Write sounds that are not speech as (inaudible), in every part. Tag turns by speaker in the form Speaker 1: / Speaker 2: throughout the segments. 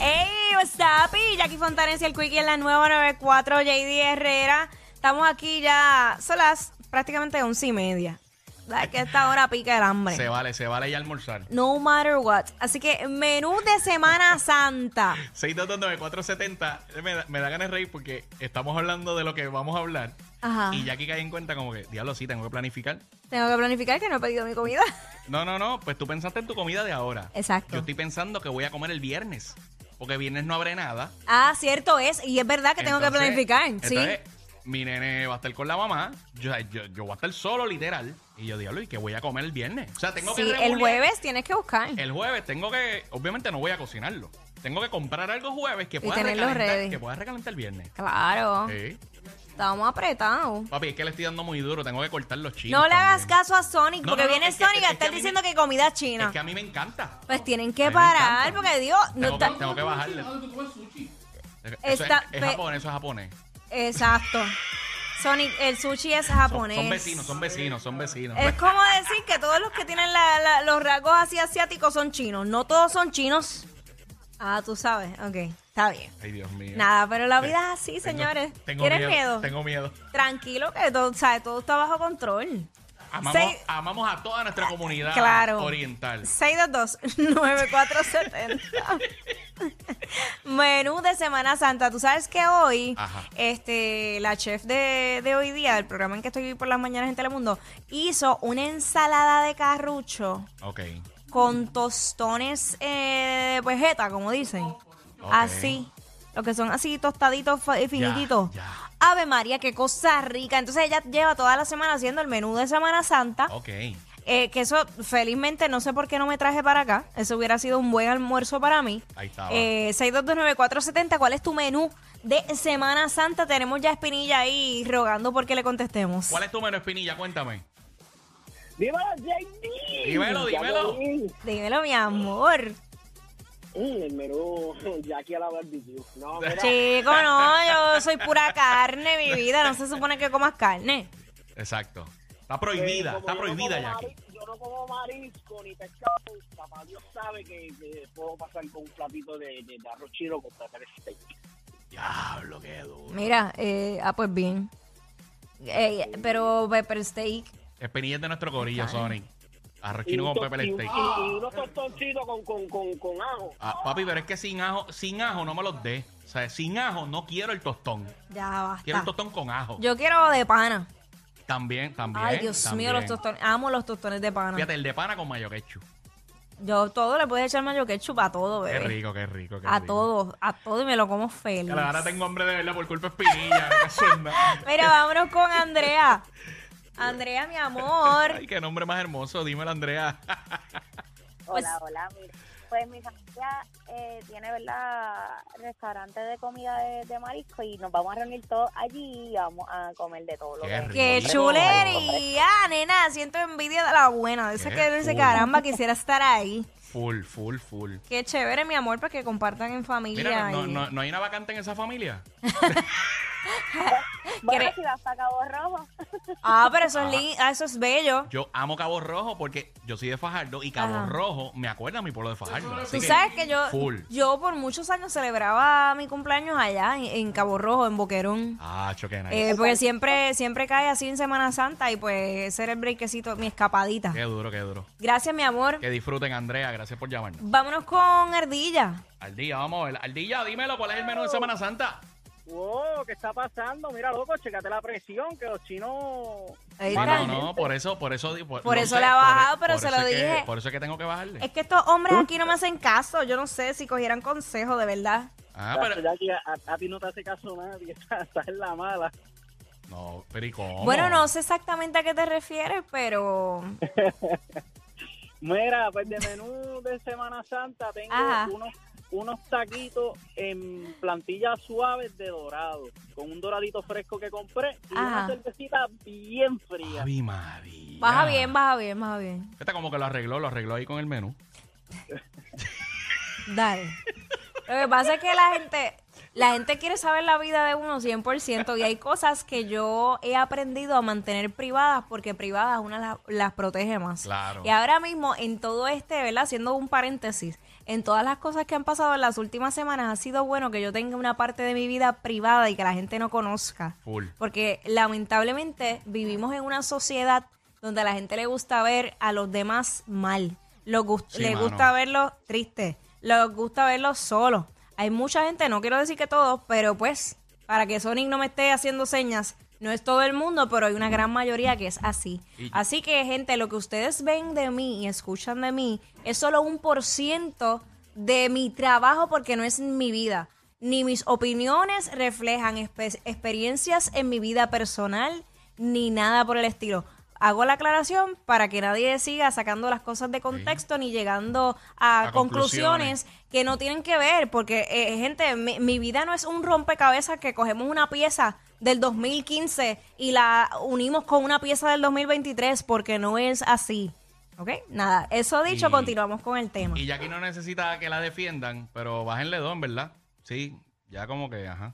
Speaker 1: ¡Ey, what's up? Y Jackie Fontanes y el Quickie en la nueva 94, JD Herrera. Estamos aquí ya, son las prácticamente once y media. ¿Sabes que esta hora pica el hambre?
Speaker 2: Se vale, se vale ya almorzar.
Speaker 1: No matter what. Así que menú de
Speaker 2: (laughs)
Speaker 1: Semana Santa.
Speaker 2: 6229470. eh, Me, da- me da ganas de reír porque estamos hablando de lo que vamos a hablar.
Speaker 1: Ajá.
Speaker 2: Y Jackie cae en cuenta como que, diablo, sí, tengo que planificar.
Speaker 1: Tengo que planificar que no he pedido mi comida.
Speaker 2: No, no, no, pues tú pensaste en tu comida de ahora.
Speaker 1: Exacto.
Speaker 2: Yo estoy pensando que voy a comer el viernes. Porque viernes no habré nada.
Speaker 1: Ah, cierto es. Y es verdad que tengo que
Speaker 2: Entonces-
Speaker 1: planificar. Sí.
Speaker 2: entonces, mi nene va a estar con la mamá. Yo, yo, yo voy a estar solo, literal. Y yo, diablo, ¿y qué voy a comer el viernes? O sea, tengo que.
Speaker 1: Sí, el
Speaker 2: regular-
Speaker 1: jueves tienes que buscar.
Speaker 2: El jueves tengo que, obviamente no voy a cocinarlo. Tengo que comprar algo jueves que pueda
Speaker 1: tenerlo ready.
Speaker 2: recalentar, que pueda recalentar el viernes.
Speaker 1: Claro.
Speaker 2: Sí.
Speaker 1: Estamos apretados.
Speaker 2: Papi, es que le estoy dando muy duro, tengo que cortar los chinos.
Speaker 1: No le hagas
Speaker 2: también.
Speaker 1: caso a Sonic,
Speaker 2: No,
Speaker 1: porque
Speaker 2: no, no,
Speaker 1: viene
Speaker 2: es que-
Speaker 1: Sonic
Speaker 2: es
Speaker 1: a
Speaker 2: que
Speaker 1: estar
Speaker 2: a mí
Speaker 1: diciendo
Speaker 2: me-
Speaker 1: que comida china.
Speaker 2: Es que a mí me encanta.
Speaker 1: Pues tienen que
Speaker 2: A mí me
Speaker 1: parar,
Speaker 2: encanta.
Speaker 1: porque Dios, no
Speaker 2: Tengo,
Speaker 1: está-
Speaker 2: que, tengo que bajarle. Eso es-
Speaker 1: Está-
Speaker 2: es,
Speaker 1: pe-
Speaker 2: japonés, eso es japonés.
Speaker 1: Exacto. Sonic, el sushi es
Speaker 2: Son-
Speaker 1: japonés.
Speaker 2: Son, vecinos, son vecinos, son vecinos.
Speaker 1: Es como decir que todos los que tienen la- la- los rasgos así asiáticos son chinos. No todos son chinos. Ah, tú sabes. Ok, está bien.
Speaker 2: Ay, Dios mío.
Speaker 1: Nada, pero la
Speaker 2: Te-
Speaker 1: vida es así,
Speaker 2: tengo-
Speaker 1: señores.
Speaker 2: tengo
Speaker 1: ¿Tienes miedo?
Speaker 2: Tengo miedo.
Speaker 1: Tranquilo, que todo, sabes, todo está bajo control.
Speaker 2: Amamos,
Speaker 1: Seis-
Speaker 2: amamos a toda nuestra comunidad
Speaker 1: Claro.
Speaker 2: oriental.
Speaker 1: 622-9470. (laughs) Menú de Semana Santa. Tú sabes que hoy,
Speaker 2: Ajá.
Speaker 1: este, la chef de, de hoy día, del programa en que estoy por las mañanas en Telemundo, hizo una ensalada de carrucho
Speaker 2: Ok.
Speaker 1: con tostones eh, de vegeta, como dicen.
Speaker 2: Ok.
Speaker 1: Así. Lo que son así tostaditos fa- eh, finititos.
Speaker 2: ya.
Speaker 1: Ave María, qué cosa rica. Entonces ella lleva toda la semana haciendo el menú de Semana Santa.
Speaker 2: Ok.
Speaker 1: Eh, que eso, felizmente, no sé por qué no me traje para acá. Eso hubiera sido un buen almuerzo para mí.
Speaker 2: Ahí estaba.
Speaker 1: Eh, 6229470, ¿cuál es tu menú de Semana Santa? Tenemos ya a Espinilla ahí rogando porque le contestemos.
Speaker 2: ¿Cuál es tu menú, Espinilla? Cuéntame.
Speaker 3: Dímelo, JD.
Speaker 2: Dímelo,
Speaker 3: Ya
Speaker 2: dímelo.
Speaker 3: volví.
Speaker 1: Dímelo, mi amor.
Speaker 3: Mm, el menú (laughs) Jackie a la barbecue. No, mira,
Speaker 1: Chico, no, yo soy pura carne, mi vida. No se supone que comas carne.
Speaker 2: Exacto. Está
Speaker 3: eh,
Speaker 2: prohibida,
Speaker 3: como
Speaker 2: está
Speaker 3: yo no
Speaker 2: prohibida,
Speaker 3: como
Speaker 2: Jackie.
Speaker 3: mari- Yo no como marisco ni pescado. Papá Dios sabe que, que puedo pasar con un platito de, de, de arroz chino con placer steak.
Speaker 2: Diablo, qué duro.
Speaker 1: Mira, eh, ah, pues bien. Eh, pero pepper steak.
Speaker 2: Espinilla es de nuestro corillo, Sonic. Arrochino con
Speaker 3: to-
Speaker 2: pepper
Speaker 3: y un-
Speaker 2: steak.
Speaker 3: y- y unos tostoncitos con, con, con, con ajo.
Speaker 2: Ah, papi, pero es que sin ajo, sin ajo no me los dé. O sea, sin ajo no quiero el tostón.
Speaker 1: Ya basta.
Speaker 2: Quiero el tostón con ajo.
Speaker 1: Ah. Yo quiero de pana.
Speaker 2: También, también.
Speaker 1: Ay, Dios mío,
Speaker 2: también.
Speaker 1: los tostones. Amo los tostones de pana.
Speaker 2: Fíjate, el de pana con mayo quechu.
Speaker 1: Yo todo le puedes echar mayo ketchup a todo,
Speaker 2: Qué
Speaker 1: bebé.
Speaker 2: rico, qué rico. Qué
Speaker 1: Pues, a
Speaker 2: rico.
Speaker 1: todo, a todo y me lo como feliz.
Speaker 2: Ya, Ahora tengo hambre de verla por culpa de espinilla. qué suena.
Speaker 1: (laughs) Mira, vámonos con Andrea. Andrea, mi amor.
Speaker 2: Ay, qué nombre más hermoso. Dímelo, Andrea. (laughs)
Speaker 1: Pues-
Speaker 4: hola, hola. Mira, pues mi familia eh, tiene, ¿verdad? Restaurante de comida de, de marisco y nos vamos a reunir todos allí y vamos a comer de todo lo
Speaker 2: Qué
Speaker 4: que
Speaker 2: rico.
Speaker 1: ¡Qué chulería, nena! Siento envidia de la buena. De esa
Speaker 2: Qué
Speaker 1: que dice,
Speaker 2: cool.
Speaker 1: caramba, quisiera estar ahí.
Speaker 2: Full, full, full.
Speaker 1: Qué chévere, mi amor, para que compartan en familia.
Speaker 2: Mira, no,
Speaker 1: y-
Speaker 2: no- no hay una vacante en esa familia.
Speaker 4: Bueno,
Speaker 1: ¿Quiere-
Speaker 4: si vas a Cabo Rojo,
Speaker 1: Ah, pero eso es, lindo, ah, eso es bello.
Speaker 2: Yo amo Cabo Rojo porque yo soy de Fajardo y Cabo
Speaker 1: Ajá.
Speaker 2: Rojo me acuerda a mi pueblo de Fajardo. así
Speaker 1: Tú
Speaker 2: que-
Speaker 1: sabes que yo,
Speaker 2: Full.
Speaker 1: yo por muchos años celebraba mi cumpleaños allá en, en Cabo Rojo, en Boquerón.
Speaker 2: Ah, choque nice.
Speaker 1: Eh, porque siempre, siempre cae así en Semana Santa y pues ese era el breakcito, mi escapadita.
Speaker 2: Qué duro, qué duro.
Speaker 1: Gracias, mi amor.
Speaker 2: Que disfruten, Andrea. Gracias por llamarnos.
Speaker 1: Vámonos con Ardilla.
Speaker 2: Ardilla, vamos a ver. Ardilla, dímelo, ¿cuál es el menú de Semana Santa?
Speaker 3: Wow, ¿qué está pasando? Mira, loco, checate la presión que los chinos...
Speaker 1: Ahí
Speaker 2: Sí,
Speaker 1: está.
Speaker 2: no, no, por eso, por eso. di- Por,
Speaker 1: Por
Speaker 2: no
Speaker 1: eso la he bajado, pero se
Speaker 2: eso
Speaker 1: lo
Speaker 2: es que-
Speaker 1: dije.
Speaker 2: por eso es que tengo que bajarle.
Speaker 1: Es que estos hombres aquí no me hacen caso. Yo no sé si cogieran consejo, de verdad.
Speaker 2: Ah,
Speaker 3: Tacho,
Speaker 2: pero.
Speaker 3: Jackie, a, a- a ti no te hace caso nadie, (laughs) estás en la mala.
Speaker 2: No, pero ¿y cómo?
Speaker 1: Bueno, no sé exactamente a qué te refieres, pero...
Speaker 3: Mira, pues de menú de Semana Santa tengo
Speaker 1: Ajá.
Speaker 3: unos unos taquitos en plantillas suaves de dorado, con un doradito fresco que compré y
Speaker 1: Ajá.
Speaker 3: una cervecita bien fría.
Speaker 2: Ave María.
Speaker 1: Baja bien, baja bien, baja bien.
Speaker 2: Esta como que lo arregló, lo arregló ahí con el menú.
Speaker 1: Dale. Lo que pasa es que la gente, la gente quiere saber la vida de uno 100% y hay cosas que yo he aprendido a mantener privadas porque privadas una las, las protege más.
Speaker 2: Claro.
Speaker 1: Y ahora mismo en todo este, ¿verdad? Haciendo un paréntesis, en todas las cosas que han pasado en las últimas semanas ha sido bueno que yo tenga una parte de mi vida privada y que la gente no conozca.
Speaker 2: Full.
Speaker 1: Porque lamentablemente vivimos en una sociedad donde a la gente le gusta ver a los demás mal. Lo gus-
Speaker 2: Sí,
Speaker 1: le
Speaker 2: mano.
Speaker 1: gusta verlos tristes, les gusta verlos solos. Hay mucha gente, no quiero decir que todos, pero pues, para que Sonic no me esté haciendo señas, no es todo el mundo, pero hay una gran mayoría que es así.
Speaker 2: Y-
Speaker 1: Así que, gente, lo que ustedes ven de mí y escuchan de mí es solo un por ciento de mi trabajo porque no es mi vida. Ni mis opiniones reflejan espe- experiencias en mi vida personal, ni nada por el estilo. Hago la aclaración para que nadie siga sacando las cosas de contexto ni llegando a,
Speaker 2: A
Speaker 1: conclusiones
Speaker 2: conclusiones.
Speaker 1: que no tienen que ver, porque, eh, gente, mi, mi vida no es un rompecabezas que cogemos una pieza del 2015 y la unimos con una pieza del 2023, porque no es así. ¿Ok? Nada, eso dicho,
Speaker 2: Y-
Speaker 1: continuamos con el tema.
Speaker 2: Y Jackie no necesita que la defiendan, pero bájenle dos, ¿verdad? Sí, ya como que, ajá.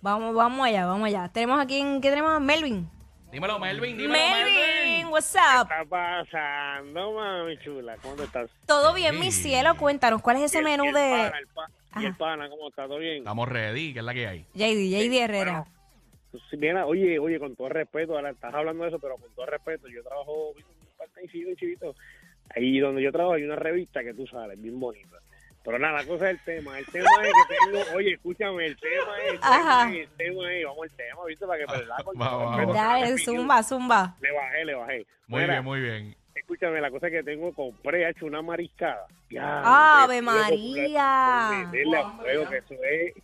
Speaker 1: Vamos, vamos allá, vamos allá. Tenemos aquí, en- ¿qué tenemos? Melvin.
Speaker 2: Dímelo, Melvin, dímelo,
Speaker 1: Melvin,
Speaker 2: Melvin.
Speaker 1: what's up?
Speaker 5: está pasando, mami chula? ¿Cómo estás?
Speaker 1: ¿Todo bien,
Speaker 2: Sí.
Speaker 1: mi cielo? Cuéntanos, ¿cuál es ese
Speaker 5: Y el-
Speaker 1: menú
Speaker 5: y el
Speaker 1: de
Speaker 5: pana, el pa-
Speaker 1: Ajá.
Speaker 5: ¿Y el pana cómo está? ¿Todo bien?
Speaker 2: Estamos ready, que es la que hay.
Speaker 1: JD, JD Herrera?
Speaker 5: Pues, sí, mira, oye, oye, con todo respeto, ahora estás hablando de eso, pero con todo respeto, yo trabajo en un part-time, chivito. Ahí donde yo trabajo hay una revista que tú sabes, bien bonita. Pero nada, la cosa es el tema. El tema es que
Speaker 1: (laughs)
Speaker 5: tengo, oye, escúchame, el tema es, el
Speaker 1: Ajá.
Speaker 5: tema es, el tema es, vamos al tema, ¿viste? Para
Speaker 2: Ah,
Speaker 5: que, ¿verdad? Con todo
Speaker 2: Vamos,
Speaker 5: respeto,
Speaker 1: Dale,
Speaker 5: respeto,
Speaker 1: zumba, zumba.
Speaker 5: Le bajé, le bajé.
Speaker 2: Muy
Speaker 5: Mira,
Speaker 2: bien, muy bien.
Speaker 5: Escúchame, la cosa es que tengo, compré, ha hecho una mariscada. Ya,
Speaker 1: Ah, ¡Ave
Speaker 5: te puedo comprar.
Speaker 1: María!
Speaker 5: Por meterle a fuego, que eso es.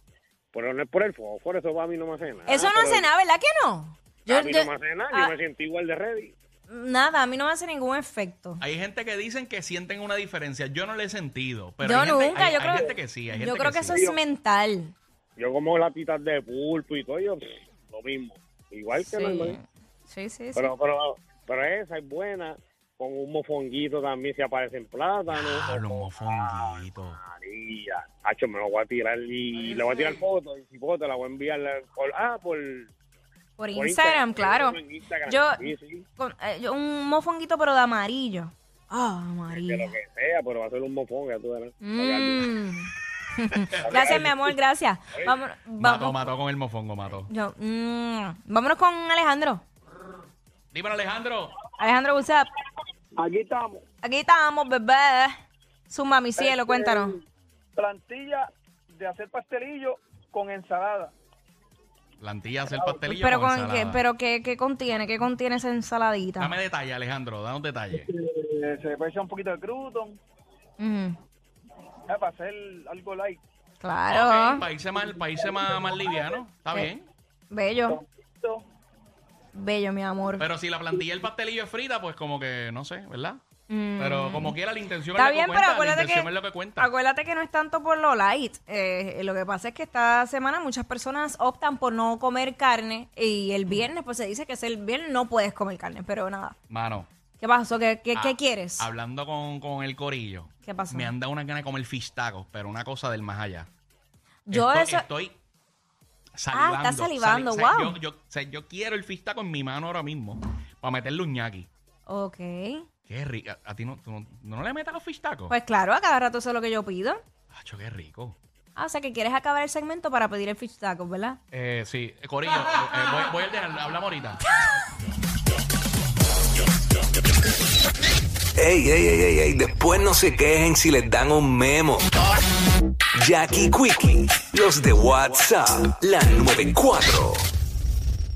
Speaker 5: Pero no es por el fósforo, eso para mí no me hace nada.
Speaker 1: Eso no
Speaker 5: Ah, Pero
Speaker 1: hace nada, ¿verdad que no?
Speaker 5: A mí no me hace nada,
Speaker 1: Ah.
Speaker 5: yo me siento igual de ready.
Speaker 1: Nada, a mí no me hace ningún efecto.
Speaker 2: Hay gente que dicen que sienten una diferencia. Yo no le he sentido. Pero
Speaker 1: yo
Speaker 2: hay gente-
Speaker 1: nunca,
Speaker 2: hay-
Speaker 1: yo
Speaker 2: hay
Speaker 1: creo.
Speaker 2: gente que sí. Hay gente
Speaker 1: yo creo que,
Speaker 2: sí.
Speaker 1: eso es mental.
Speaker 5: Yo como latitas de pulpo y todo, yo pff, lo mismo. Igual que normal.
Speaker 1: Sí. sí, sí, sí.
Speaker 5: Pero, pero, pero esa es buena. Con un mofonguito también se aparecen plátanos.
Speaker 2: Ah, los mofonguitos.
Speaker 5: María. Hacho, me lo voy a tirar y le voy a tirar fotos. Y si foto, te la voy a enviar por, ah, por,
Speaker 1: Por
Speaker 5: por
Speaker 1: Instagram, claro.
Speaker 5: en Instagram.
Speaker 1: Yo-
Speaker 5: Sí, sí.
Speaker 1: Con- eh, yo- un mofonguito, pero de amarillo. Ah,
Speaker 5: Que lo
Speaker 1: amarillo.
Speaker 5: que sea, pero va a ser un mofón, ya tú verás.
Speaker 1: Mm. (laughs)
Speaker 5: (laughs)
Speaker 1: gracias, mi amor, gracias. Vámonos,
Speaker 2: Mató,
Speaker 1: vamos,
Speaker 2: mató con el mofongo, mató.
Speaker 1: yo, mm, vámonos con Alejandro.
Speaker 2: Dímelo, Alejandro.
Speaker 1: Alejandro, what's up?
Speaker 3: Aquí estamos.
Speaker 1: Aquí estamos, bebé. Suma mi cielo,
Speaker 3: Este,
Speaker 1: cuéntanos.
Speaker 3: Plantilla de hacer pastelillo con ensalada.
Speaker 2: Plantilla hacer pastelillo
Speaker 1: Pero,
Speaker 2: con
Speaker 1: con, ¿qué,
Speaker 2: ensalada.
Speaker 1: pero qué, qué contiene? ¿Qué contiene esa ensaladita?
Speaker 2: Dame detalle, Alejandro. Danos detalle.
Speaker 3: Eh, se le puede echar un poquito de crudo
Speaker 1: Ujú,
Speaker 3: eh, para hacer algo light.
Speaker 1: Claro.
Speaker 2: Ok, para irse, más, para irse más, más liviano. Está
Speaker 1: Eh.
Speaker 2: bien.
Speaker 1: Bello.
Speaker 3: Esto,
Speaker 1: Bello, mi amor.
Speaker 2: Pero si la plantilla del pastelillo es frita, pues como que no sé, ¿verdad?
Speaker 1: Mm.
Speaker 2: Pero como quiera, la intención
Speaker 1: Está
Speaker 2: es lo
Speaker 1: bien,
Speaker 2: que
Speaker 1: pero
Speaker 2: cuenta. la
Speaker 1: acuérdate que,
Speaker 2: intención es lo que cuenta.
Speaker 1: acuérdate que no es tanto por lo light. Eh, lo que pasa es que esta semana muchas personas optan por no comer carne y el viernes pues se dice que es el viernes no puedes comer carne, pero nada.
Speaker 2: Mano.
Speaker 1: ¿Qué pasó? ¿Qué, qué,
Speaker 2: ah,
Speaker 1: qué quieres?
Speaker 2: Hablando con, con el corillo.
Speaker 1: ¿Qué pasó?
Speaker 2: Me han dado una gana de comer fish tacos, pero una cosa del más allá.
Speaker 1: Yo
Speaker 2: estoy,
Speaker 1: eso...
Speaker 2: estoy salivando.
Speaker 1: estás salivando,
Speaker 2: sali- o sea,
Speaker 1: wow.
Speaker 2: Yo, yo, o sea, yo quiero el fistaco en mi mano ahora mismo para meterle un ñaki.
Speaker 1: Ok.
Speaker 2: Qué rico. A, a ti no, tú no, no le metas los fistacos.
Speaker 1: Pues claro, a cada rato eso es lo que yo pido.
Speaker 2: Acho, qué rico.
Speaker 1: Ah, o sea que quieres acabar el segmento para pedir el fish tacos, ¿verdad?
Speaker 2: Eh, sí, eh,
Speaker 1: (laughs)
Speaker 2: Corillo, eh, voy, voy a dejar, hablamos ahorita.
Speaker 6: Ey, ey, ey, ey, ey, después no se quejen si les dan un memo. Jackie Quickie, los de WhatsApp, la 94.